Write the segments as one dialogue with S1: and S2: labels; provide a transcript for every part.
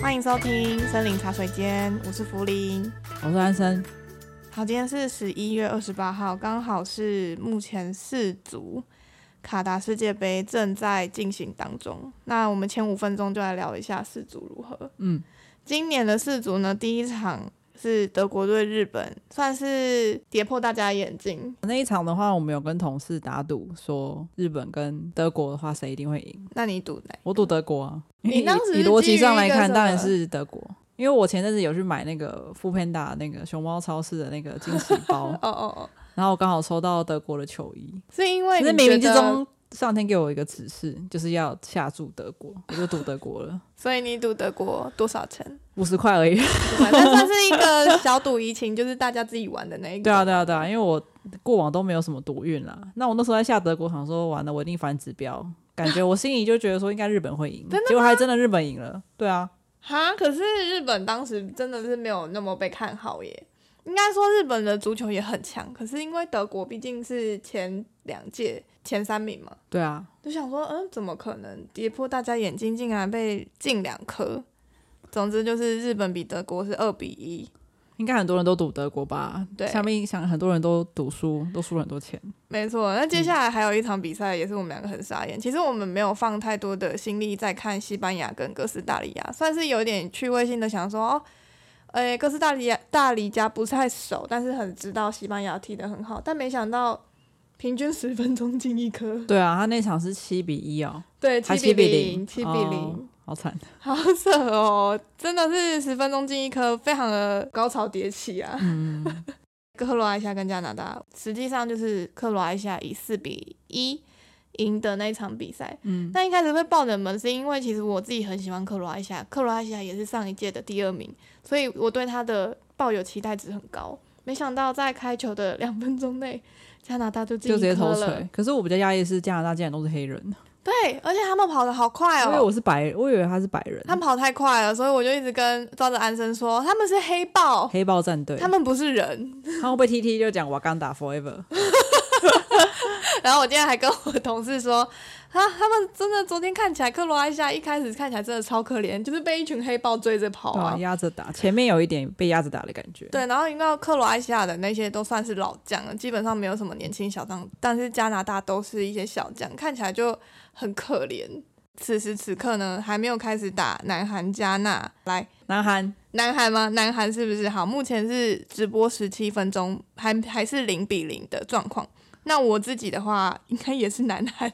S1: 欢迎收听《森林茶水间》，我是福林。
S2: 我是安生，
S1: 好，今天是十一月二十八号，刚好是目前四组卡达世界杯正在进行当中。那我们前五分钟就来聊一下四组如何。
S2: 嗯，
S1: 今年的四组呢，第一场是德国对日本，算是跌破大家眼镜。
S2: 那一场的话，我们有跟同事打赌说，日本跟德国的话，谁一定会赢？
S1: 那你赌哪？
S2: 我赌德国啊。
S1: 你当时是
S2: 以以逻辑上来
S1: 基于一
S2: 看，
S1: 个，
S2: 当然是德国，因为我前阵子有去买那个富片达那个熊猫超市的那个惊喜包
S1: 哦哦哦，
S2: 然后我刚好收到德国的球衣，
S1: 是因为你
S2: 可是冥冥
S1: 觉
S2: 之
S1: 得，
S2: 中。上天给我一个指示，就是要下注德国，我就赌德国了，
S1: 所以你赌德国多少钱？
S2: 五十块而已。
S1: 反正算是一个小赌怡情，就是大家自己玩的那一个。
S2: 对啊，对啊，对啊，因为我过往都没有什么赌运啦。那我那时候在下德国，想说完了，我一定反指标，感觉我心里就觉得说应该日本会赢，结果还 真的日本赢了。对啊，
S1: 哈，可是日本当时真的是没有那么被看好耶。应该说日本的足球也很强，可是因为德国毕竟是前两届前三名嘛，
S2: 对啊，
S1: 就想说，嗯，怎么可能跌破大家眼睛，竟然被进两颗？总之就是日本比德国是二比一，
S2: 应该很多人都赌德国吧？
S1: 对
S2: 下面想很多人都赌输，都输了很多钱。
S1: 没错。那接下来还有一场比赛，也是我们两个很傻眼。其实我们没有放太多的心力在看西班牙跟哥斯达黎加，算是有点趣味性的想说，哦，诶，哥斯达黎加大黎加不太熟，但是很知道西班牙踢得很好，但没想到平均十分钟进一颗，
S2: 对啊，他那场是七比一哦，
S1: 对，
S2: 还
S1: 七比
S2: 比
S1: 零，七比
S2: 哦
S1: 零，
S2: 好惨。
S1: 好 扯哦，真的是十分钟进一颗，非常的高潮迭起啊。
S2: 嗯，
S1: 克罗埃西亚跟加拿大，实际上就是克罗埃西亚以四比一赢得那一场比赛。
S2: 嗯，
S1: 但一开始会爆冷门，是因为其实我自己很喜欢克罗埃西亚，克罗埃西亚也是上一届的第二名，所以我对他的抱有期待值很高。没想到在开球的两分钟内，加拿大就进
S2: 就直接
S1: 一颗
S2: 头
S1: 了
S2: 锤。。可是我比较压抑的是加拿大竟然都是黑人，
S1: 对，而且他们跑得好快
S2: 因为
S1: 哦，
S2: 我是白，我以为哎他是白人，
S1: 他们跑太快了，所以我就一直跟抓着安生说他们是黑豹，
S2: 黑豹战队，
S1: 他们不是人。
S2: 他们被 TT 就讲瓦干达 forever。
S1: 然后我今天还跟我同事说， 啊，他们真的昨天看起来克罗埃西亚一开始看起来真的超可怜，就是被一群黑豹追着跑
S2: 对
S1: 啊
S2: 啊，。压着打，前面有一点被压着打的感觉。
S1: 对，然后因为克罗埃西亚的那些都算是老将啊了，基本上没有什么年轻小将，但是加拿大都是一些小将，看起来就很可怜。此时此刻呢，还没有开始打南韩加纳，来，
S2: 南韩
S1: 南韩吗？南韩是不是好？目前是直播十七分钟，还还是零比零的状况。那我自己的话，应该也是南韩，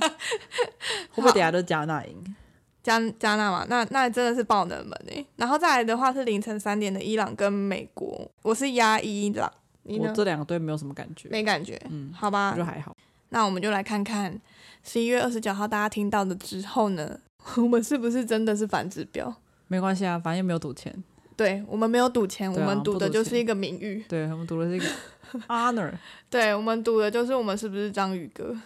S2: 会不会等下就加纳赢？
S1: 加加纳嘛，那那真的是爆冷门诶。然后再来的话是凌晨三点的伊朗跟美国，我是压伊朗，你
S2: 我
S1: 呢？
S2: 这两个队没有什么感觉，
S1: 没感觉，
S2: 嗯，
S1: 好
S2: 我
S1: 吧
S2: 觉得。还好。
S1: 那我们就来看看十一月二十九号大家听到的之后呢， 我们是不是真的是反指标？
S2: 没关系啊，反正又没有赌钱。
S1: 对我们没有赌钱，我
S2: 对啊
S1: 们赌的
S2: 不赌钱
S1: 就是一个名誉。
S2: 对我们赌了 这个 honor，
S1: 对我们赌的就是我们是不是章鱼哥。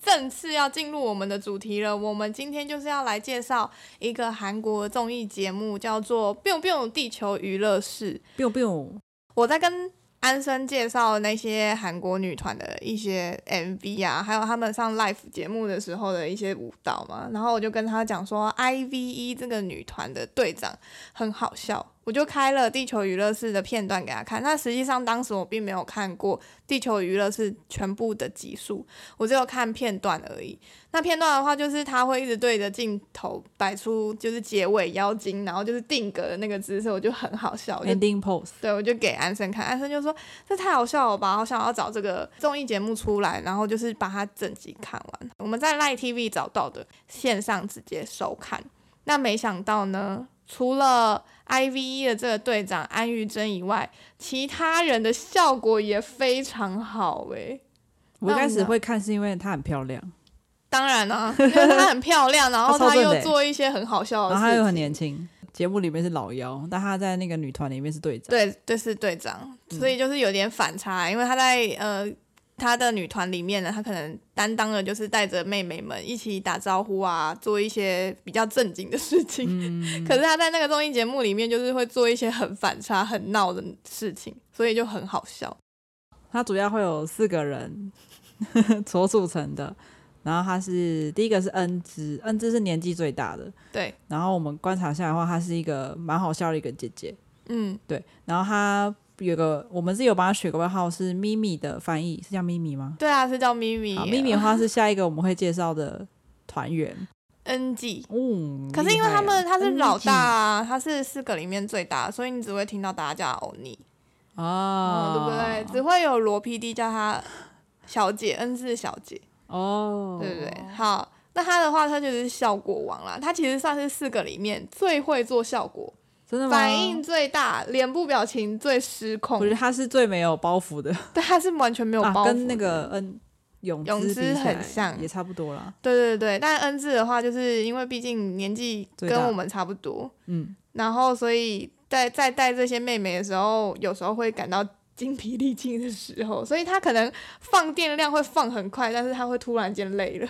S1: 正式要进入我们的主题了，我们今天就是要来介绍一个韩国综艺节目，叫做《biu biu 地球娱乐室》。
S2: biu biu，
S1: 我在跟安生介绍那些韩国女团的一些 MV 啊，还有他们上 live 节目的时候的一些舞蹈嘛，然后我就跟他讲说，IVE 这个女团的队长很好笑，我就开了《地球娱乐室》的片段给他看。那实际上当时我并没有看过《地球娱乐室》全部的集数，我只有看片段而已。那片段的话，就是他会一直对着镜头摆出就是结尾妖精，然后就是定格的那个姿势，我就很好笑，我就
S2: ending pose，
S1: 对，我就给安生看，安生就说这太好笑了吧，好想要找这个综艺节目出来，然后就是把它整集看完。我们在 l i TV 找到的，线上直接收看。那没想到呢，除了 IVE 的这个队长安于真以外，其他人的效果也非常好欸诶、
S2: 我一开始
S1: 那我
S2: 会看是因为她很漂亮，
S1: 当然啊，因为她很漂 亮，然后
S2: 她超
S1: 她
S2: 正的
S1: 又
S2: 欸
S1: 做一些很好笑的
S2: 然
S1: 事
S2: 后
S1: 情，
S2: 她又很年轻。节目里面是老妖，但她在那个女团里面是队长。
S1: 对，对是队长，所
S2: 嗯
S1: 以就是有点反差，因为他在呃他的女团里面呢，他可能担当的就是带着妹妹们一起打招呼啊，做一些比较正经的事情。
S2: 嗯
S1: 可是他在那个综艺节目里面，就是会做一些很反差、很闹的事情，所以就很好笑。
S2: 它主要会有四个人所组成的，然后他是第一个是恩芝，恩芝是年纪最大的。
S1: 对，
S2: 然后我们观察下来的话，她是一个蛮好笑的一个姐姐。
S1: 嗯，
S2: 对，然后她有个，我们是有帮她取个外号是咪咪的翻译，是叫咪咪吗？
S1: 对啊，是叫咪咪
S2: 好，咪咪的话是下一个我们会介绍的团员。
S1: N G。
S2: 嗯，
S1: 可是因为他们
S2: 厉
S1: 他
S2: 害哦
S1: 是老大啊，他是四个里面最大，所以你只会听到大家叫他欧尼，
S2: 啊，
S1: 哦对不对？只会有罗 PD 叫他小姐，N 字小姐，
S2: 哦，
S1: 对不对？好，那他的话，他就是效果王啦，他其实算是四个里面最会做效果，
S2: 真的吗？
S1: 反应最大，脸部表情最失控
S2: 我觉，得他是最没有包袱的，
S1: 对，他是完全没有
S2: 啊
S1: 包袱、
S2: 跟那个恩泳
S1: 泳
S2: 姿
S1: 姿
S2: 比起
S1: 很
S2: 来
S1: 像
S2: 也差不多啦。
S1: 对对对，但 N 字的话，就是因为毕竟年纪
S2: 最
S1: 跟
S2: 大
S1: 我们差不多，
S2: 嗯，
S1: 然后所以在在带这些妹妹的时候，有时候会感到精疲力尽的时候，所以她可能放电量会放很快，但是她会突然间累了。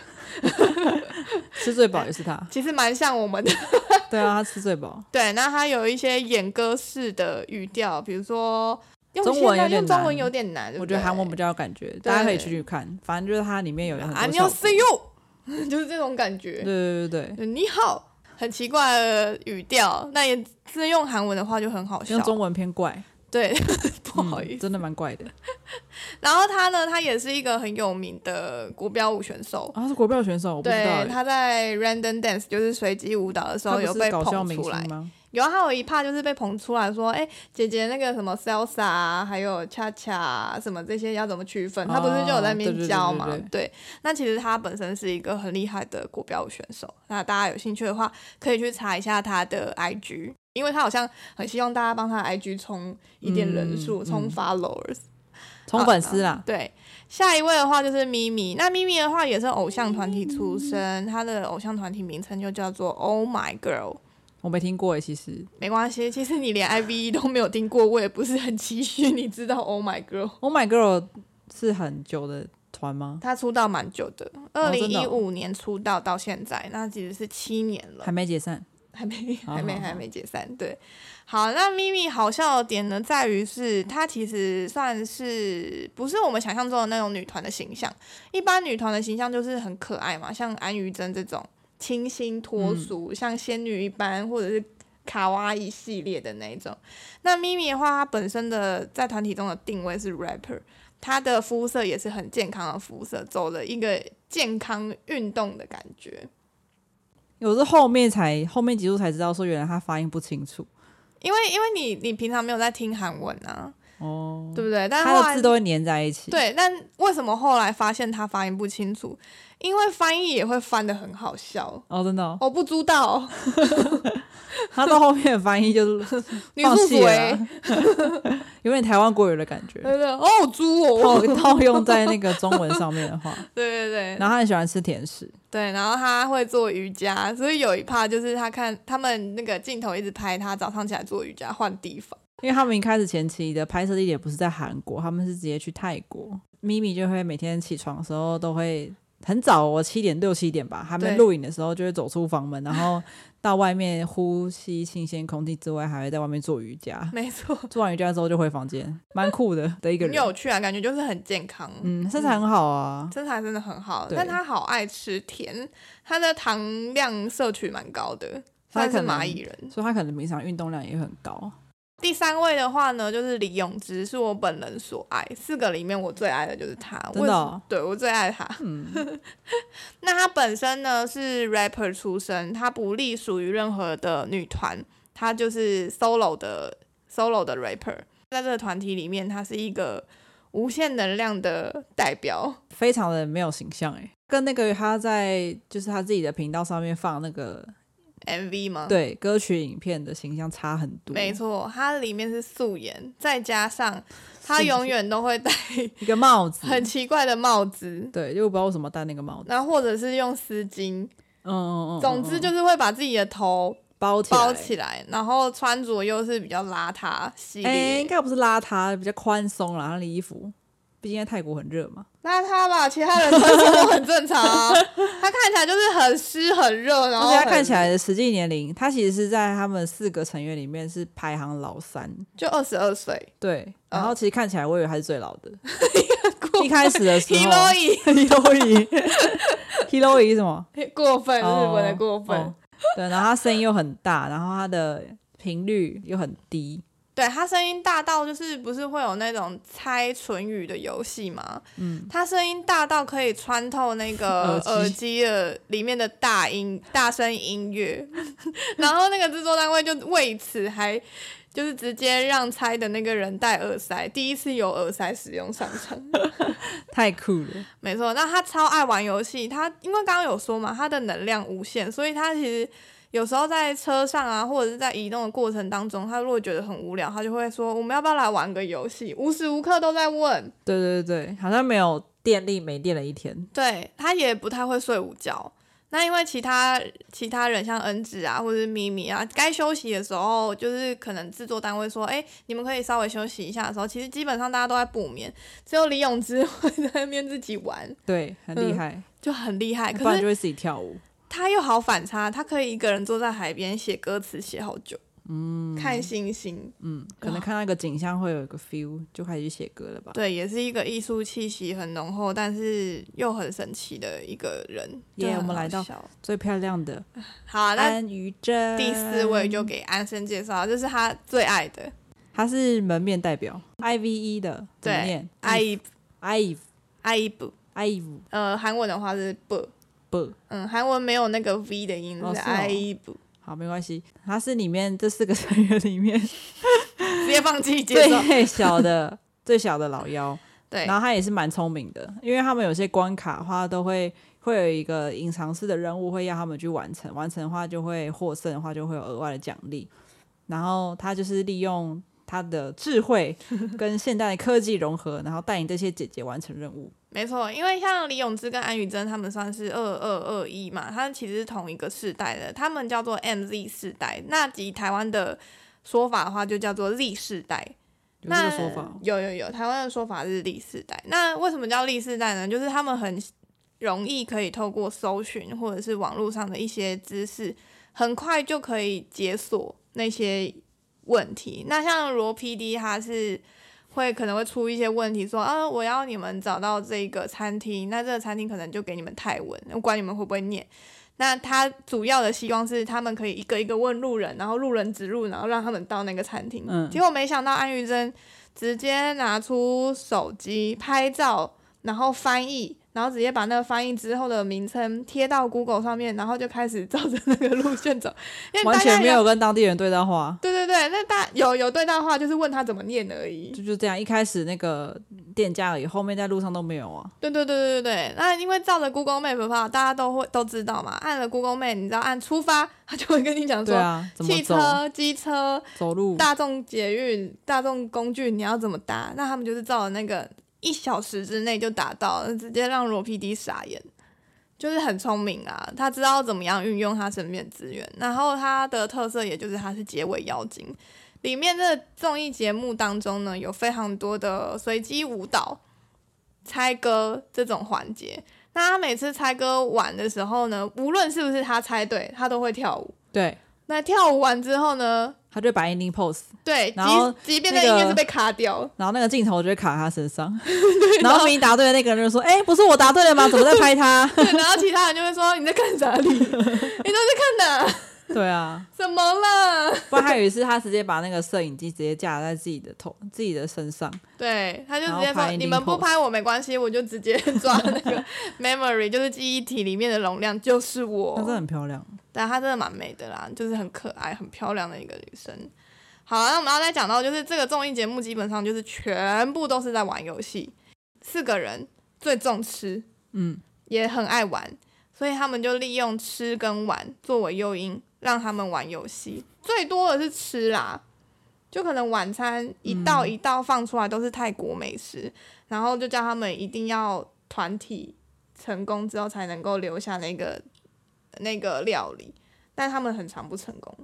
S2: 吃最饱也是他，
S1: 其实蛮像我们的，
S2: 对啊，他吃最饱。
S1: 对。那她有一些演歌式的语调，比如说用
S2: 中
S1: 现
S2: 文
S1: 在
S2: 有点
S1: 用中文
S2: 难
S1: 有点难，对不
S2: 我觉得
S1: 对
S2: 韩文比较有感觉，大家可以去去看。反正就是它里面有很多
S1: 啊，你
S2: 效
S1: 要
S2: 果
S1: see you，就是 这种感觉。
S2: 对对对对，
S1: 就你好，很奇怪的语调。那也是用韩文的话就很好笑
S2: 用，中文偏怪，
S1: 对， 不好
S2: 嗯
S1: 意思。
S2: 真的蛮怪的。
S1: 然后他呢，他也是一个很有名的国标舞选手。
S2: 啊，他是国标选手，我不知道
S1: 对，
S2: 欸。
S1: 他在 Random Dance 就是随机舞蹈的时
S2: 他
S1: 候
S2: 不
S1: 有
S2: 是
S1: 被
S2: 搞笑
S1: 捧
S2: 明
S1: 出来
S2: 星， 吗？
S1: 有啊，他有一趴就是被捧出来说，哎、姐姐那个什么 salsa 啊，还有恰恰啊什么这些要怎么区分？他不是就有在那
S2: 哦对对
S1: 边
S2: 对
S1: 教嘛？
S2: 对对
S1: 那其实他本身是一个很厉害的国标舞选手，那大家有兴趣的话，可以去查一下他的 IG，因为他好像很希望大家帮他的 IG 充一点人数，
S2: 嗯
S1: 充、
S2: 嗯
S1: followers。啊
S2: 从粉
S1: 嗯
S2: 丝啦，
S1: 对，下一位的话就是咪咪。那咪咪的话也是偶像团体出身，她的偶像团体名称就叫做 Oh My Girl。
S2: 我没听过欸诶，其实。
S1: 没关系，其实你 连 I V E 都没有听过，我也不是很期许你知道 Oh My Girl。
S2: Oh my girl 是很久的团吗？
S1: 她出道蛮久的，二
S2: 哦
S1: 零
S2: 真的
S1: 一
S2: 哦
S1: 五年出道到现在，那其实是七年了
S2: 还，没解散。
S1: 还没
S2: 好
S1: 还没
S2: 好好
S1: 还没解散。对，好，那咪咪好笑的点呢，在于是她其实算是不是我们想象中的那种女团的形象。一般女团的形象就是很可爱嘛，像安于真这种清新脱
S2: 嗯
S1: 俗，像仙女一般，或者是卡哇伊系列的那一种。那咪咪的话，她本身的在团体中的定位是 rapper，她的肤色也是很健康的肤色，走了一个健康运动的感觉。
S2: 我是后面才后面几度才知道说，原来他发音不清楚
S1: 因为因为你你平常没有在听韩文啊，
S2: 哦，
S1: 对不对？但啊后
S2: 他的
S1: 来
S2: 字都会粘在一起。，
S1: 对，但为什么后来发现他发音不清楚？因为翻译也会翻的很好笑。
S2: 哦，真的哦，
S1: 我、不知道，
S2: 他到后面的翻译就是
S1: 女
S2: 放
S1: 助
S2: 弃了
S1: 鬼，
S2: 啊， 有点台湾国语的感觉。
S1: 对对，哦猪哦，
S2: 套套用在那个中文上面的话，
S1: 对对对
S2: 然后他很喜欢吃甜食，
S1: 对，然后他会做瑜伽，所以有一趴就是他看他们那个镜头一直拍他早上起来做瑜伽换地方，
S2: 因为他们一开始前期的拍摄地点不是在韩国，他们是直接去泰国。咪咪就会每天起床的时候都会很早哦，我七点六七点吧，他们
S1: 对
S2: 录影的时候就会走出房门，然后到外面呼吸新鲜空气之外，还会在外面做瑜伽。
S1: 没错，
S2: 做完瑜伽之后就回房间，蛮酷的的一个
S1: 很
S2: 人。
S1: 有趣啊，感觉就是很健康。
S2: 嗯，身材很好啊，
S1: 身材真的很好，
S2: 对
S1: 但他好爱吃甜，他的糖量摄取蛮高的，
S2: 他
S1: 算是
S2: 可能
S1: 蚂蚁人。
S2: 所以他可能平常运动量也很高。
S1: 第三位的话呢，就是李永芝，是我本人所爱，四个里面我最爱的就是他，
S2: 真的哦
S1: 我对我最爱他。
S2: 嗯，
S1: 那他本身呢是 rapper 出身，他不隶属于任何的女团，他就是 solo 的 solo 的 rapper，在这个团体里面，他是一个无限能量的代表。
S2: 非常的没有形象哎、跟那个他在就是他自己的频道上面放那个
S1: MV 吗？
S2: 对歌曲影片的形象差很
S1: 嗯
S2: 多，
S1: 没错，它里面是素颜，再加上他
S2: 素颜
S1: 永远都会戴
S2: 一个帽 子，
S1: 很奇怪的帽子，
S2: 对，就不知道为什么戴那个帽子，
S1: 然后或者是用丝巾，
S2: 嗯嗯嗯，
S1: 总之
S2: 嗯
S1: 就是会把自己的头
S2: 包起来
S1: 包起来，然后穿着又是比较邋遢系列，
S2: 哎、应该不是邋遢，比较宽松啦，他的衣服，毕竟在泰国很热嘛，
S1: 邋遢吧，其他人穿着都很正常啊、他看起来就是很湿很热，然
S2: 而
S1: 后
S2: 且他
S1: 很
S2: 看起来的实际年龄，他其实是在他们四个成员里面是排行老三，
S1: 就二十二岁，
S2: 对，
S1: 嗯
S2: 然后其 实看起来我以为他是最老的，一开始的时
S1: 提
S2: 候
S1: 洛伊，
S2: 优姨， Hiroi 什么？
S1: 过分，日
S2: 哦
S1: 本的过分。
S2: 哦对，然后他声音又很大，然后他的频率又很低，
S1: 对他声音大到就是不是会有那种猜唇语的游戏吗？嗯，他声音大到可以穿透那个
S2: 耳机
S1: 耳机的里面的大音大声音乐， 然后那个制作单位就为此还就是直接让猜的那个人戴耳塞，第一次有耳塞使用上场。
S2: 太酷了。
S1: 没错，那他超爱玩游戏，他因为刚刚有说嘛，他的能量无限，所以他其实有时候在车上啊，或者是在移动的过程当中，他如果觉得很无聊，他就会说我们要不要来玩个游戏？无时无刻都在问，
S2: 对对对，好像没有电力没电了一天。
S1: 对他也不太会睡午觉。那因为其他其他人像恩子啊，或者是咪咪啊，该休息的时候，就是可能制作单位说，哎、你们可以稍微休息一下的时候，其实基本上大家都在补眠，只有李永芝会在那边自己玩，
S2: 对，很厉害，
S1: 就很厉害。可
S2: 不然
S1: 是
S2: 就会自己跳舞。
S1: 他又好反差，他可以一个人坐在海边写歌词写好久，嗯，看星星，
S2: 嗯，可能看到一个景象会有一个 feel，就开始去写歌了吧？
S1: 对，也是一个艺术气息很浓厚，但是又很神奇的一个人。
S2: 耶
S1: 就很
S2: 我们来到
S1: 好笑
S2: 最漂亮的
S1: 好啊、那
S2: 安于真，
S1: 第四位就给安生介绍，这是他最爱
S2: 嗯
S1: 的
S2: 他是门面代表 I V E 的，怎么念
S1: I
S2: I
S1: I 不，
S2: I
S1: 呃，韩文的话是不，
S2: 不
S1: 嗯，韩文没有那个 V 的音，
S2: 哦
S1: 是
S2: 是哦
S1: I 不，
S2: 好，没关系，他是里面这四个成员里面
S1: 直接放 弃介绍。
S2: 最小的、最小的老妖。
S1: 对
S2: 然后他也是蛮聪明的，因为他们有些关卡的话都会会有一个隐藏式的任务，会要他们去完成，完成的话就会获胜的话就会有额外的奖励。然后他就是利用他的 智慧跟现代的科技融合，然后带领这些姐姐完成任务。
S1: 没错，因为像李永芝跟安宇珍他们算是二二二一嘛，他们其实是同一个世代的，他们叫做 MZ 世代。那以台湾的说法的话，就叫做 Z 世代。
S2: 有这
S1: 那
S2: 个说法哦，
S1: 有有有，台湾的说法是历世代。那为什么叫历世代呢？就是他们很容易可以透过搜寻或者是网络上的一些知识，很快就可以解锁那些问题。那像罗 PD 他是。会可能会出一些问题说啊，我要你们找到这个餐厅，那这个餐厅可能就给你们泰文，我管你们会不会念。那他主要的希望是他们可以一个一个问路人，然后路人指路，然后让他们到那个餐厅。
S2: 嗯
S1: 结果没想到安玉珍直接拿出手机拍照，然后翻译，然后直接把那个翻译之后的名称贴到 Google 上面，然后就开始照着那个路线走，因为
S2: 完
S1: 大家
S2: 全没
S1: 也
S2: 有。跟当地人对到话。
S1: 对对对，那大有有对到话，就是问他怎么念而已。
S2: 就就这样，一开始那个店家而已，后面在路上都没有啊。
S1: 对对对对对对，那因为照着 Google Map 的话，大家都会都知道嘛。按了 Google Map，你知道按出发，他就会跟你讲
S2: 对
S1: 说，
S2: 啊，怎么
S1: 汽
S2: 走？
S1: 车、机车、
S2: 走路？
S1: 大众捷运、大众工具你要怎么搭？那他们就是照着那个一小时之内就达到，直接让罗 PD 傻眼，就是很聪明啊，他知道怎么样运用他身边的资源。然后他的特色也就是他是结尾妖精，里面的综艺节目当中呢，有非常多的随机舞蹈、猜歌这种环节。那他每次猜歌完的时候呢，无论是不是他猜对，他都会跳舞。
S2: 对，
S1: 那跳舞完之后呢，
S2: 他就摆 ending pose，
S1: 对，
S2: 然后
S1: 即即便那
S2: 那
S1: 音乐
S2: 个
S1: 是被卡掉，
S2: 然后那个镜头就会卡他身 上，然后明明答对的那个人就说：“哎、不是我答对了吗？怎么在拍他
S1: 对，然后其他人就会说你在看哪 里？你都在看哪？？”
S2: 对啊，
S1: 怎么了？
S2: 不然还有一次他直接把那个摄影机直接架在自己的头、自己的身上，
S1: 对，他就直接
S2: 然后
S1: 说
S2: 拍
S1: 你们
S2: ending
S1: 不拍我没关系，我就直接 抓那个 memory，就是记忆体里面的容量就是
S2: 她真的
S1: 我。
S2: 很漂亮。
S1: 但她真的蛮美的啦，就是很可爱、很漂亮的一个女生。好，那我们要再讲到，就是这个综艺节目基本上就是全部都是在玩游戏，四个人最重吃，
S2: 嗯，
S1: 也很爱玩，所以他们就利用吃跟玩作为诱因，让他们玩游戏。最多的是吃啦，就可能晚餐一道一道放出来都是泰国美食，然后就叫他们一定要团体成功之后才能够留下那个那个料理，但他们很常不成功。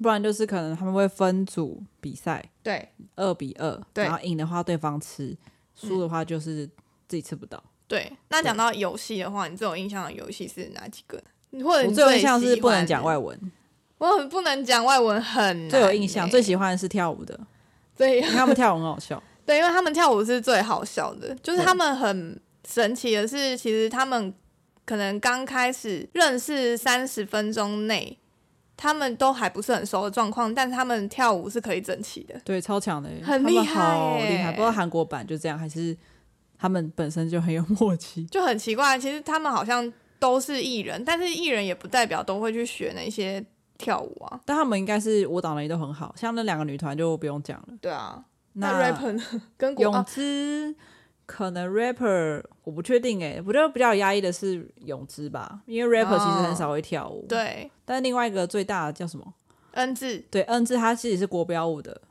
S2: 不然就是可能他们会分组比赛，
S1: 对
S2: 二比二，
S1: 对
S2: 然后赢的话对嗯方吃，输的话就是自己吃不到。
S1: 对，那讲到游戏的话，你最有印象的游戏是哪几个？或者
S2: 我
S1: 你
S2: 最有印
S1: 喜
S2: 象是不能
S1: 欢
S2: 讲
S1: 的，
S2: 外文，
S1: 我很不能讲外文很难
S2: 最有印象
S1: 欸
S2: 最喜欢的是跳舞的，
S1: 对
S2: 因为他们跳舞很好笑。
S1: 对，因为他们跳舞是最好笑的，就是
S2: 对
S1: 他们很神奇的是，其实他们可能刚开始认识三十分钟内，他们都还不是很熟的状况，但他们跳舞是可以整齐的。
S2: 对，超强的，
S1: 很
S2: 他
S1: 厉
S2: 们
S1: 害
S2: 好厉害。
S1: 耶
S2: 不知道韩国版就这样，还是他们本身就很有默契。
S1: 就很奇怪。其实他们好像都是艺人，但是艺人也不代表都会去学那些跳舞啊。
S2: 但他们应该是舞蹈能力都很好，像那两个女团就不用讲了。
S1: 对啊，那
S2: 那
S1: rapper 呢？ 跟国
S2: 泳
S1: 啊，
S2: 姿、可能 rapper 我不确定哎、我觉得比较压抑的是泳姿吧，因为 rapper
S1: 哦
S2: 其实很少会跳舞。，
S1: 对
S2: 但另外一个最大的叫什么？
S1: ，N 字，
S2: 对，N 字它其实是国标舞的，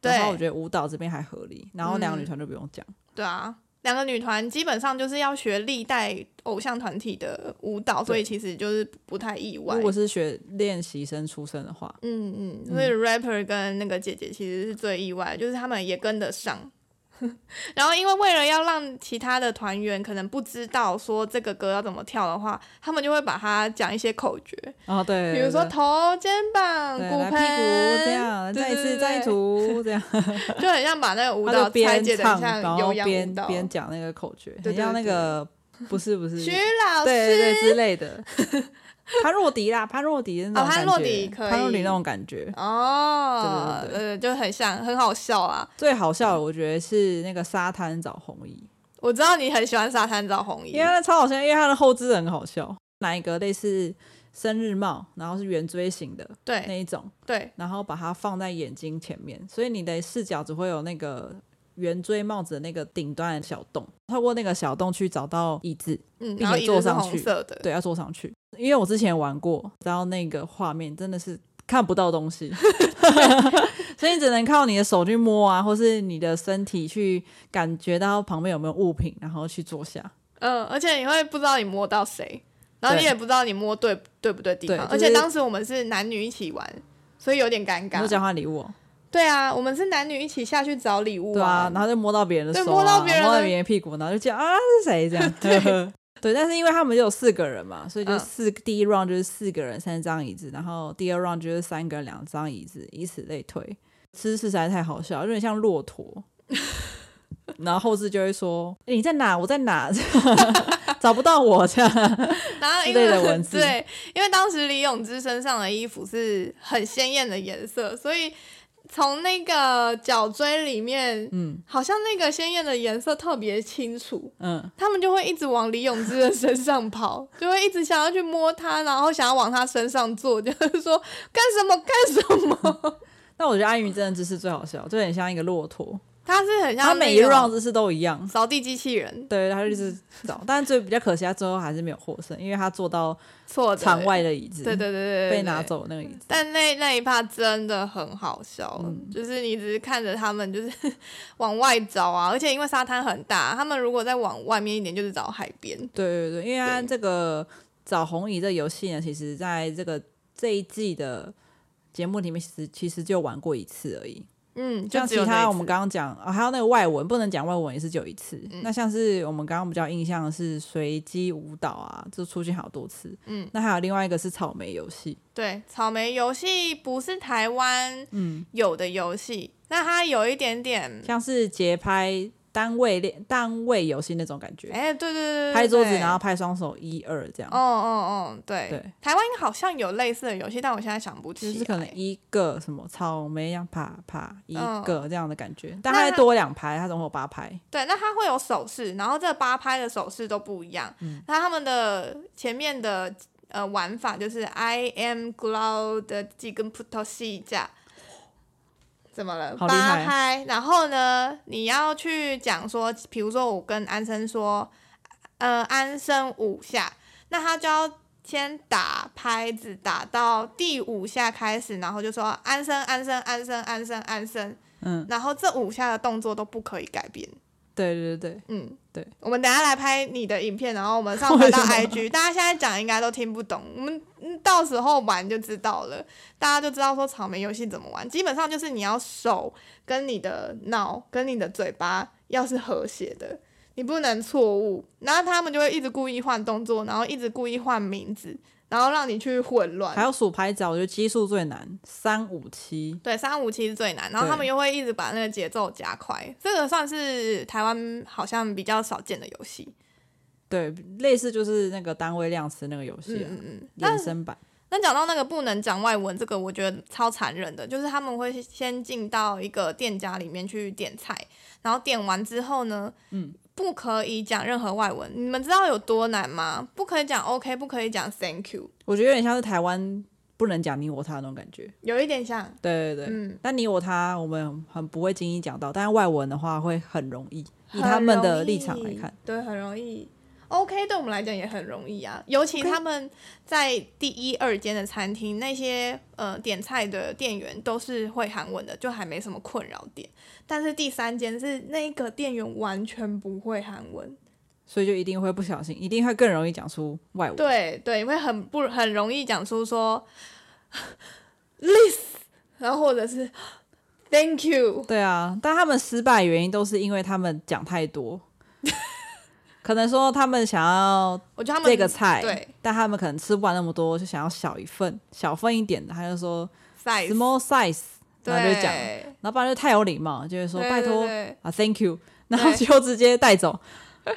S1: 对
S2: 然后我觉得舞蹈这边还合理，然后两
S1: 嗯
S2: 个女团就不用讲。
S1: 对啊。两个女团基本上就是要学历代偶像团体的舞蹈，所以其实就是不太意外
S2: 如。果是学练习生出身的话，
S1: 嗯嗯，所以 rapper 跟那个姐姐其实是最意外的，就是他们也跟得上。 然后，因为为了要让其他的团员可能不知道说这个歌要怎么跳的话，他们就会把它讲一些口诀，
S2: 哦对，
S1: 比如说
S2: 对
S1: 头、肩膀、
S2: 对
S1: 骨
S2: 来
S1: 盆
S2: 屁股这，样，
S1: 对
S2: 再一
S1: 对
S2: 次，
S1: 对
S2: 再 一组这样，
S1: 就很像把那个舞
S2: 他
S1: 蹈
S2: 就
S1: 拆
S2: 边
S1: 解的
S2: 唱
S1: 像
S2: 然后
S1: 有氧舞
S2: 边
S1: 蹈。
S2: 边讲那个口诀，
S1: 对
S2: 很
S1: 对
S2: 像那个不是不是，
S1: 徐
S2: 对
S1: 老
S2: 对
S1: 师，
S2: 对之类的， 潘若迪啦，潘若迪那
S1: 哦
S2: 种感
S1: 潘
S2: 觉，
S1: 若迪可
S2: 潘若迪
S1: 以
S2: 那种感觉。
S1: 哦，
S2: 对对
S1: 对，就很像，很好笑啊！
S2: 最好笑的我觉得是那个沙滩找红衣，
S1: 我知道你很喜欢沙滩找红衣
S2: 因为，他超好笑，因为他的后肢很好笑，拿一个类似生日帽，然后是圆锥形的那
S1: 对
S2: 一种，
S1: 对，
S2: 然后把它放在眼睛前面，所以你的视角只会有那个圆锥帽子的那个顶端的小洞，透过那个小洞去找到椅子，
S1: 嗯，
S2: 并且
S1: 然后椅
S2: 坐
S1: 子是
S2: 上
S1: 红
S2: 去
S1: 色的，
S2: 对，要坐上去。因为我之前玩过，然后那个画面真的是看不到 东西， 所以你只能靠你的手去摸啊，或是你的身体去感觉到旁边有没有物品，然后去坐下。
S1: 嗯，而且你会不知道你摸到谁，然后你
S2: 对
S1: 也不知道你摸对对不对地方。
S2: 对就
S1: 而且
S2: 是
S1: 当时我们是男女一起玩，所以有点尴
S2: 你会交
S1: 尬。
S2: 换礼物哦、
S1: 对啊，我们是男女一起下去找礼物
S2: 对啊，然后就摸到别人的手、啊，
S1: 对摸到别人的
S2: 摸到别人的屁股，然后就讲啊是谁 这样。 对但是因为他们就有四个人嘛，所以就
S1: 嗯
S2: 四、第一 round 就是四个人三张椅子，然后第二 round 就是三个人两张椅子，以此类推。姿势实在太好笑，有点像 骆驼。然后后置就会说、欸你在哪？我在哪？ 找不到我这样。
S1: 然后因
S2: 之类的
S1: 为
S2: 文 字
S1: 对，因为当时李永芝身上的衣服是很鲜艳的颜色，所以从那个角锥里面，
S2: 嗯
S1: 好像那个鲜艳的颜色特别清楚。
S2: 嗯，
S1: 他们就会一直往李永芝的身上跑， 就会一直想要去摸他，然后想要往他身上坐，就是说干什么干什么。
S2: 但我觉得安云真的姿势最好笑，就很像一个骆驼，
S1: 他是很像
S2: 他每一
S1: 那种
S2: round 姿势都一样。
S1: 扫地机器人，
S2: 对，他就一直
S1: 嗯
S2: 找，但是最比较可惜，他最后还是没有获胜，因为他坐到
S1: 错的
S2: 场，外的椅子，
S1: 哦对对对对，对
S2: 被拿。走那个椅子。
S1: 但那那一趴真的很好笑，
S2: 嗯
S1: 就是你只是看着他们就是 往外找啊，而且因为沙滩很大，他们如果再往外面一点，就是找海边。
S2: 对对对，因为他
S1: 对
S2: 这个找红椅这个游戏呢，其实在这个这一季的节目里面，其实其实就玩过一次而已。
S1: 嗯，就
S2: 像
S1: 只
S2: 其
S1: 有那一
S2: 他
S1: 次
S2: 我们刚刚讲、哦，还有那个外文，不能讲外文也是只有一次。
S1: 嗯
S2: 那像是我们刚刚比较印象的是随机舞蹈啊，就出现好多次。
S1: 嗯，
S2: 那还有另外一个是草莓游戏，
S1: 对草莓游戏不是台湾
S2: 嗯，
S1: 有的游戏，那它有一点点，
S2: 像是节拍单位练单位游戏那种感觉。
S1: 哎、对对对对，
S2: 拍桌子，
S1: 对
S2: 然后拍双手一二这样，
S1: 哦哦哦，对，
S2: 对
S1: 台湾好像有类似的游戏，但我现在想不起来，
S2: 就是可能一个什么草莓一样啪啪一个这样的感觉，但
S1: 那
S2: 它
S1: 它
S2: 再多两排，它总共有八排，
S1: 对，那它会有手势，然后这八拍的手势都不一样。
S2: 嗯
S1: 那他们的前面的呃玩法就是 I am glad 的几根葡萄西架，怎么了？
S2: 好
S1: 八
S2: 厉害
S1: 拍，然后呢，你要去讲说，比如说我跟安生说，呃，安生五下，那他就要。先打拍子，打到第五下开始，然后就说安生安生安生安生安生，
S2: 嗯，
S1: 然后这五下的动作都不可以改变。
S2: 对对对对，
S1: 嗯，
S2: 对，
S1: 我们等一下来拍你的影片，然后我们 上传到
S2: 为什么
S1: IG，大家现在讲应该都听不懂，我们嗯到时候玩就知道了，大家就知道说草莓游戏怎么玩。基本上就是你要手跟你的脑跟你的嘴巴要是和谐的，你不能错误。然后他们就会一直故意换动作，然后一直故意换名字，然后让你去混乱
S2: 还。有数拍子啊，我觉得奇数最难，三五七，
S1: 对，三五七是最难，然后
S2: 对
S1: 他们又会一直把那个节奏加快，这个算是台湾好像比较少见的游戏。
S2: 对，类似就是那个单位量词那个游戏、啊
S1: 嗯嗯嗯。那
S2: 衍生版。
S1: 那讲到那个不能讲外文，这个我觉得超残忍的，就是他们会先进到一个店家里面去点菜，然后点完之后呢，
S2: 嗯，
S1: 不可以讲任何外文。你们知道有多难吗？不可以讲 OK，不可以讲 Thank you，
S2: 我觉得有点像是台湾不能讲你我他的那种感觉。
S1: 有一点像，
S2: 对对对，
S1: 嗯，
S2: 但你我他我们很不会轻易讲到，但是外文的话会很容易。
S1: 很
S2: 以他们的
S1: 容
S2: 立场
S1: 易
S2: 来看，，
S1: 对，很容易。OK，对我们来讲也很容易啊，尤其
S2: OK
S1: 他们在第一、二间的餐厅，那些呃点菜的店员都是会韩文的，就还没什么困扰点。但是第三间是那个店员完全不会韩文，
S2: 所以就一定会不小心，一定会更容易讲出外文。
S1: 对对，会很不很容易讲出说 list，然后或者是 thank you，
S2: 对啊，但他们失败的原因都是因为他们讲太 多，可能说他们想要
S1: 我觉得他们
S2: 这个菜，
S1: 对
S2: 但他们可能吃不完那么多，就想要小一份、小份一点的，他就说
S1: size，
S2: small size，然后就讲，
S1: 对
S2: 然后不然就太有礼貌，就会说
S1: 对
S2: 拜托
S1: 对对
S2: 啊，thank you，然后就直接带走，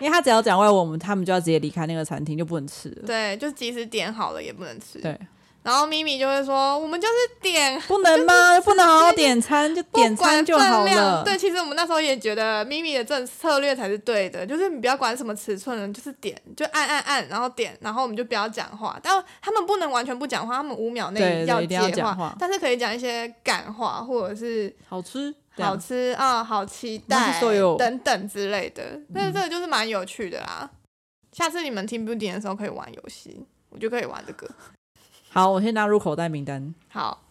S2: 因为他只要讲外文，我们他们就要直接离开那个餐厅，就不能吃了。
S1: 对，就即使点好了也不能吃。
S2: 对，
S1: 然后咪咪就会说，我们就是点
S2: 不能吗？不能好好点餐，就
S1: 不
S2: 点
S1: 管
S2: 餐就好
S1: 分
S2: 了
S1: 量。。对，其实我们那时候也觉得咪咪的政策略才是对的，就是你不要管什么尺寸了，就是点，就按按按，然后点，然后我们就不要讲话。但他们不能完全不讲话，他们五秒内
S2: 对对
S1: 接
S2: 一定要讲话
S1: 但是可以讲一些感话或者是
S2: 好吃，这样
S1: 好吃啊、好期
S2: 那
S1: 待
S2: 是所有嗯
S1: 等等之类的。那这个就是蛮有趣的啦。下次你们听不点的时候可以玩游戏，我就可以玩这个。
S2: 好，我先纳入口袋名单，
S1: 好。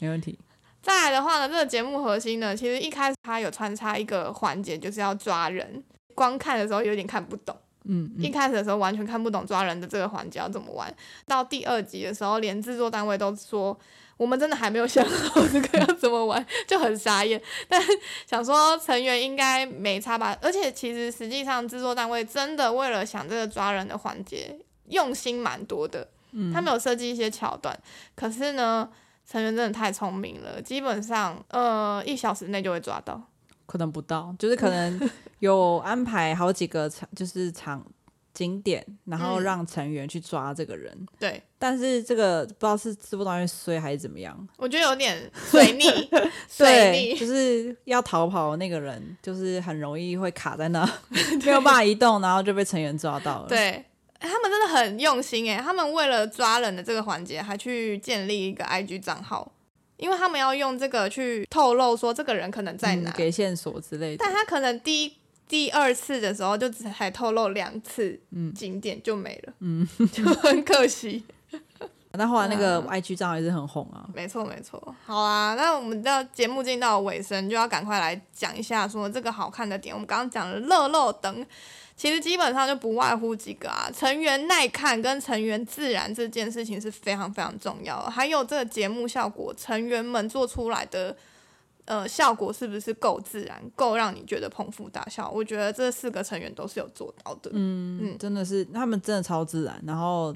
S2: 没问题。
S1: 再来的话呢，这个节目核心呢，其实一开始它有穿插一个环节，就是要抓人。光看的时候有点看不懂，
S2: 嗯，
S1: 一
S2: 嗯
S1: 开始的时候完全看不懂抓人的这个环节要怎么玩。到第二集的时候，连制作单位都说我们真的还没有想好这个要怎么玩，就很傻眼。但是想说成员应该没差吧，而且其实实际上制作单位真的为了想这个抓人的环节，用心蛮多的。
S2: 嗯
S1: 他们有设计一些桥段，可是呢，成员真的太聪明了，基本上呃一小时内就会抓到。
S2: 可能不到，就是可能 有安排好几个场，就是场景点，然后
S1: 嗯
S2: 让成员去抓这个人。
S1: 对，
S2: 但是这个不知道是直播导演衰还是怎么样，
S1: 我觉得有点 水逆，水
S2: 对，
S1: 逆。
S2: 就是要逃跑的那个人，就是很容易会卡在 那，没有办法移动，然后就被成员抓到了。，
S1: 对，他们真的很用心诶，他们为了抓人的这个环节，还去建立一个 IG 账号，因为他们要用这个去透露说这个人可能在
S2: 嗯
S1: 哪，
S2: 给线索之类的
S1: 但。他可能第一。第二次的时候就只才透露两次
S2: 嗯
S1: 景点就没了，嗯，就很可惜。
S2: 但后来那个
S1: 嗯
S2: IG 账号也是很红啊。
S1: 没错，没错。好啊，那我们到节目进到尾声，就要赶快来讲一下说这个好看的点。我们刚刚讲了乐乐等，其实基本上就不外乎几个啊，成员耐看跟成员自然这件事情是非常非常重要的，还有这个节目效果，成员们做出来的。呃，效果是不是够自然，够让你觉得捧腹大笑？我觉得这四个成员都是有做到的。
S2: 嗯，
S1: 嗯
S2: 真的是他们真的超自然，然后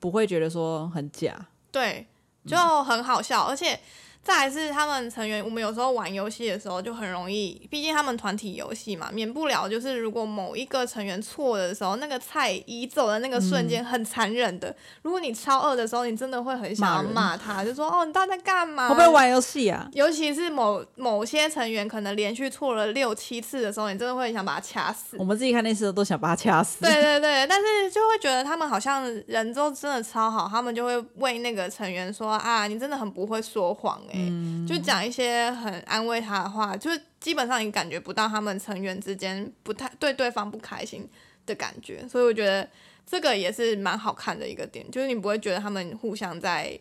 S2: 不会觉得说很假。
S1: 对，
S2: 嗯
S1: 就很好笑，而且再来是他们成员，我们有时候玩游戏的时候就很容易，毕竟他们团体游戏嘛，免不了就是如果某一个成员错了的时候，那个菜移走的那个瞬
S2: 嗯
S1: 间很残忍的。如果你超饿的时候，你真的会很想要
S2: 骂人
S1: 骂他，就说哦，你到底在干嘛？
S2: 会不会玩游戏啊？
S1: 尤其是某某些成员可能连续错了六七次的时候，你真的会想把他掐死
S2: 我。们自己看电视都想把他掐死。
S1: 对对对，但是就会觉得他们好像人都真的超好，他们就会为那个成员说啊，你真的很不会说谎哎、就讲一些很安慰他的话，就是基本上你感觉不到他们成员之间不太对对方不开心的感觉，所以我觉得这个也是蛮好看的一个点，就是你不会觉得他们互相在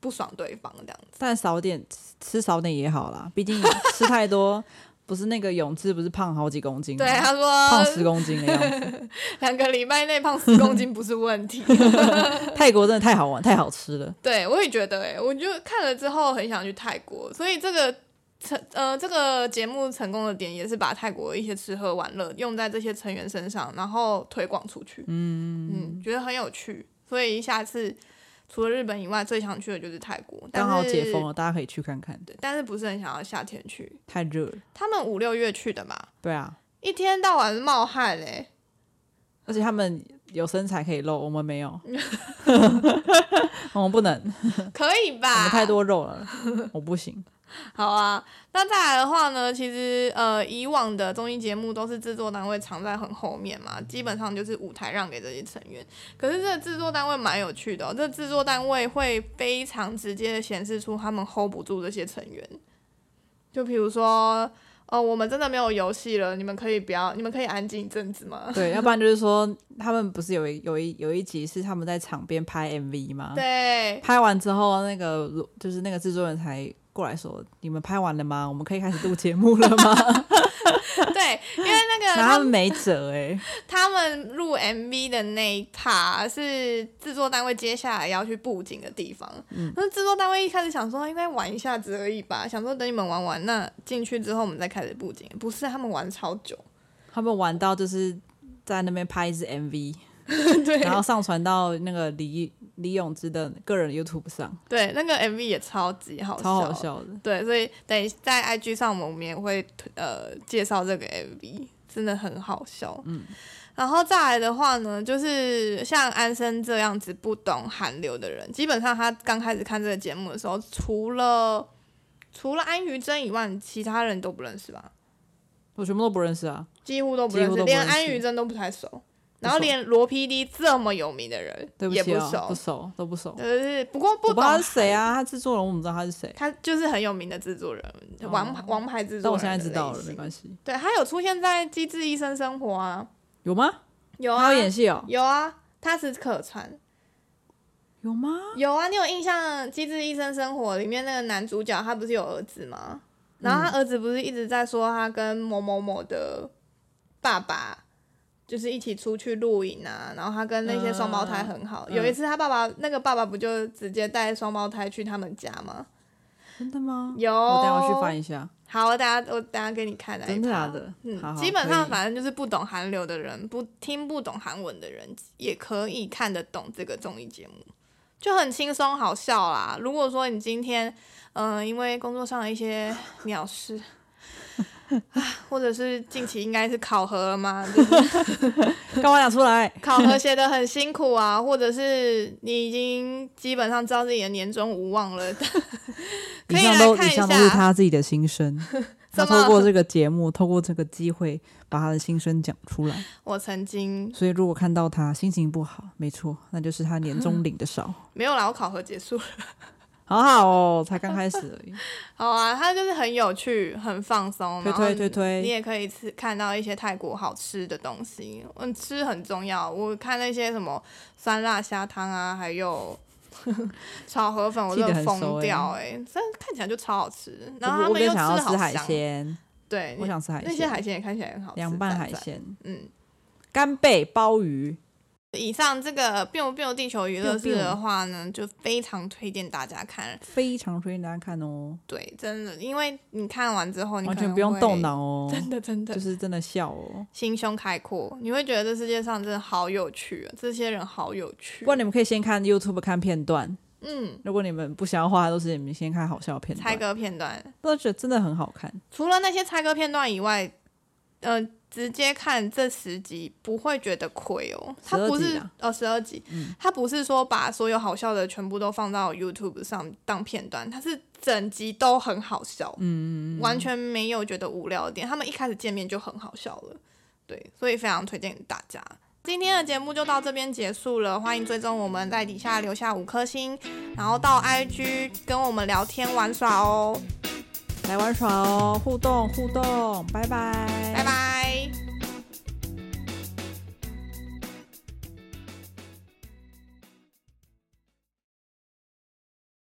S1: 不爽对方这样子。
S2: 但少点吃少点也好啦，毕竟吃太多，不是那个永志不是胖好几公斤吗，
S1: 对，啊他
S2: 嗯胖十
S1: 说
S2: 公斤的样子。
S1: 两个礼拜内胖十公斤不是问题。
S2: 泰国真的太好玩，太好吃了。
S1: 对，我也觉得哎、我就看了之后很想去泰国，所以这个成呃这个节目成功的点也是把泰国的一些吃喝玩乐用在这些成员身上，然后推广出去。嗯觉得很有趣，所以下次除了日本以外，最想去的就是泰国。但
S2: 刚
S1: 是
S2: 好解封了，大家可以去看看，
S1: 对，但是不是很想要夏天去？
S2: 太热了。
S1: 他们五六月去的嘛，
S2: 对啊，
S1: 欸一天到晚冒汗嘞、
S2: 而且他们有身材可以露，我们 没有，我们不能，
S1: 可以
S2: 我
S1: 吧？
S2: 们太多肉
S1: 啊
S2: 了，我不行。
S1: 好啊，那再来的话呢，其实呃，以往的综艺节目都是制作单位藏在很后面嘛，基本上就是舞台让给这些成员。可是这个制作单位蛮有趣的、哦，这制作单位会非常直接的显示出他们 hold 不住这些成员。就比如说，呃，我们真的没有游戏了，你们可以不要，你们可以安静一阵子吗？
S2: 对，要不然就是说，他们不是有一有一有一集是他们在场边拍 MV 吗？
S1: 对，
S2: 拍完之后，那个录就是那个制作人才过来说：“你们拍完了吗？我们可以开始录节目了吗
S1: 对，因为那？”个
S2: 然后
S1: 他
S2: 他
S1: 们
S2: 们没辙哎、欸，
S1: 他们录 MV 的那一趴是制作单位接下来要去布景的地方。
S2: 嗯
S1: 那制作单位一开始想说应该玩一下子而已吧，想说等你们玩完，那进去之后我们再开始布景。不是，他们玩超久。
S2: 他们玩到就是在那边拍一支 MV，
S1: 对
S2: 然后上传到那个李李永芝的个人 YouTube 上，
S1: 对，那个 MV 也超级好笑，
S2: 超好。笑的。
S1: 对，所以等一在 IG 上我们也会呃介绍这个 MV，真的很好笑。嗯，然后再来的话呢，就是像安生这样子不懂韩流的人，基本上他刚开始看这个节目的时候，除了除了安于真以外，其他人都不认识吧？
S2: 我全部都不认识啊，
S1: 几乎都不
S2: 几
S1: 认
S2: 乎
S1: 识，
S2: 都不
S1: 连
S2: 认识
S1: 安于真都不太熟。然后
S2: 不熟
S1: 连罗 PD 这么有名的人
S2: 对
S1: 也
S2: 起
S1: 不
S2: 啊、
S1: 熟，
S2: 不熟，都不熟。
S1: 就是不过
S2: 我
S1: 不懂
S2: 不知道他是谁啊，他制作人我怎么知道他是谁？
S1: 他就是很有名的制作人，王牌王牌制
S2: 哦但
S1: 作人。
S2: 我现在知道了，没关系。
S1: 对，他有出现在《机智医生生活》啊，
S2: 有吗？
S1: 有啊
S2: 他有，演戏哦？
S1: 有啊，他是可传，
S2: 有吗？
S1: 有啊，你有印象《机智医生生活》里面那个男主角，他不是有儿子吗？然后他儿子不是一直在说他跟某某某的爸爸。就是一起出去露营啊，然后他跟那些双胞胎很好。
S2: 嗯
S1: 有一次，他爸爸那个爸爸不就直接带双胞胎去他们家吗？
S2: 真的吗？
S1: 有，
S2: 我等一下去翻一下。
S1: 好，我等下我等下给你看那一
S2: 真的
S1: 趴
S2: 假的
S1: 嗯，
S2: 好好
S1: 基本上
S2: 可以
S1: 反正就是不懂韩流的人，不听不懂韩文的人，也可以看得懂这个综艺节目，就很轻松好笑啦。如果说你今天，嗯、因为工作上的一些鸟事。 啊或者是近期应该是考核了嘛，就是
S2: 干嘛讲出来？
S1: 考核写得很辛苦啊，或者是你已经基本上知道自己的年终无望了，可
S2: 以
S1: 以
S2: 上
S1: 来
S2: 都
S1: 看
S2: 以
S1: 一
S2: 上都是
S1: 下。
S2: 他自己的心声，他
S1: 怎
S2: 透
S1: 么
S2: 过这个节目，透过这个机会，把他的心声讲出来。
S1: 我曾经
S2: 所以如果看到他心情不好，没错，那就是他年终领的少。
S1: 没有啦，我考核结束了
S2: 好好哦，才刚开始而 已。
S1: 好啊，它就是很有趣、很放松，
S2: 推
S1: 然后
S2: 推推
S1: 你
S2: 推，
S1: 也可以吃看到一些泰国好吃的东西。嗯，吃很重要。我看那些什么酸辣虾汤啊，还有 炒河粉，我
S2: 记
S1: 真
S2: 得
S1: 的
S2: 很熟
S1: 疯掉哎、欸！真的看起来就超好吃，然后
S2: 我
S1: 他
S2: 我
S1: 们
S2: 更
S1: 又
S2: 想要
S1: 好
S2: 吃海
S1: 香，
S2: 鲜，
S1: 对，
S2: 我想吃海
S1: 那些
S2: 鲜，
S1: 海鲜也看起来很好吃，
S2: 凉拌
S1: 赞
S2: 海
S1: 赞
S2: 鲜，
S1: 嗯。
S2: 干贝、鲍鱼。
S1: 以上这个 biu biu 地球娱乐
S2: biu biu
S1: 室的话呢，就非常推荐大家看。
S2: 非常推荐大家看哦，
S1: 对，真的，因为你看完之后，你
S2: 完
S1: 可
S2: 全
S1: 能
S2: 不用
S1: 会
S2: 动，脑哦，
S1: 真的嗯真的
S2: 就是真的笑哦。
S1: 心胸开阔，你会觉得这世界上真的好有趣、啊，这些人好有趣
S2: 不，然你们可以先看 YouTube 看片段，
S1: 嗯，
S2: 如果你们不想要花太多时间，你们先看好笑的片
S1: 猜
S2: 段，
S1: 歌片段。
S2: 都觉得真的很好看。
S1: 除了那些猜歌片段以外，呃，直接看这十集不会觉得亏哦。它
S2: 12
S1: 不
S2: 集
S1: 是、
S2: 啊
S1: 哦，十二集，它不是说把所有好笑的全部都放到 YouTube 上当片段，它是整集都很好笑，嗯，完全没有觉得无聊的点。他们一开始见面就很好笑了，对，所以非常推荐大家。今天的节目就到这边结束了，欢迎追踪我们在底下留下五颗星，然后到 IG 跟我们聊天玩耍哦，
S2: 来玩耍哦，互动互动，拜拜，
S1: 拜拜。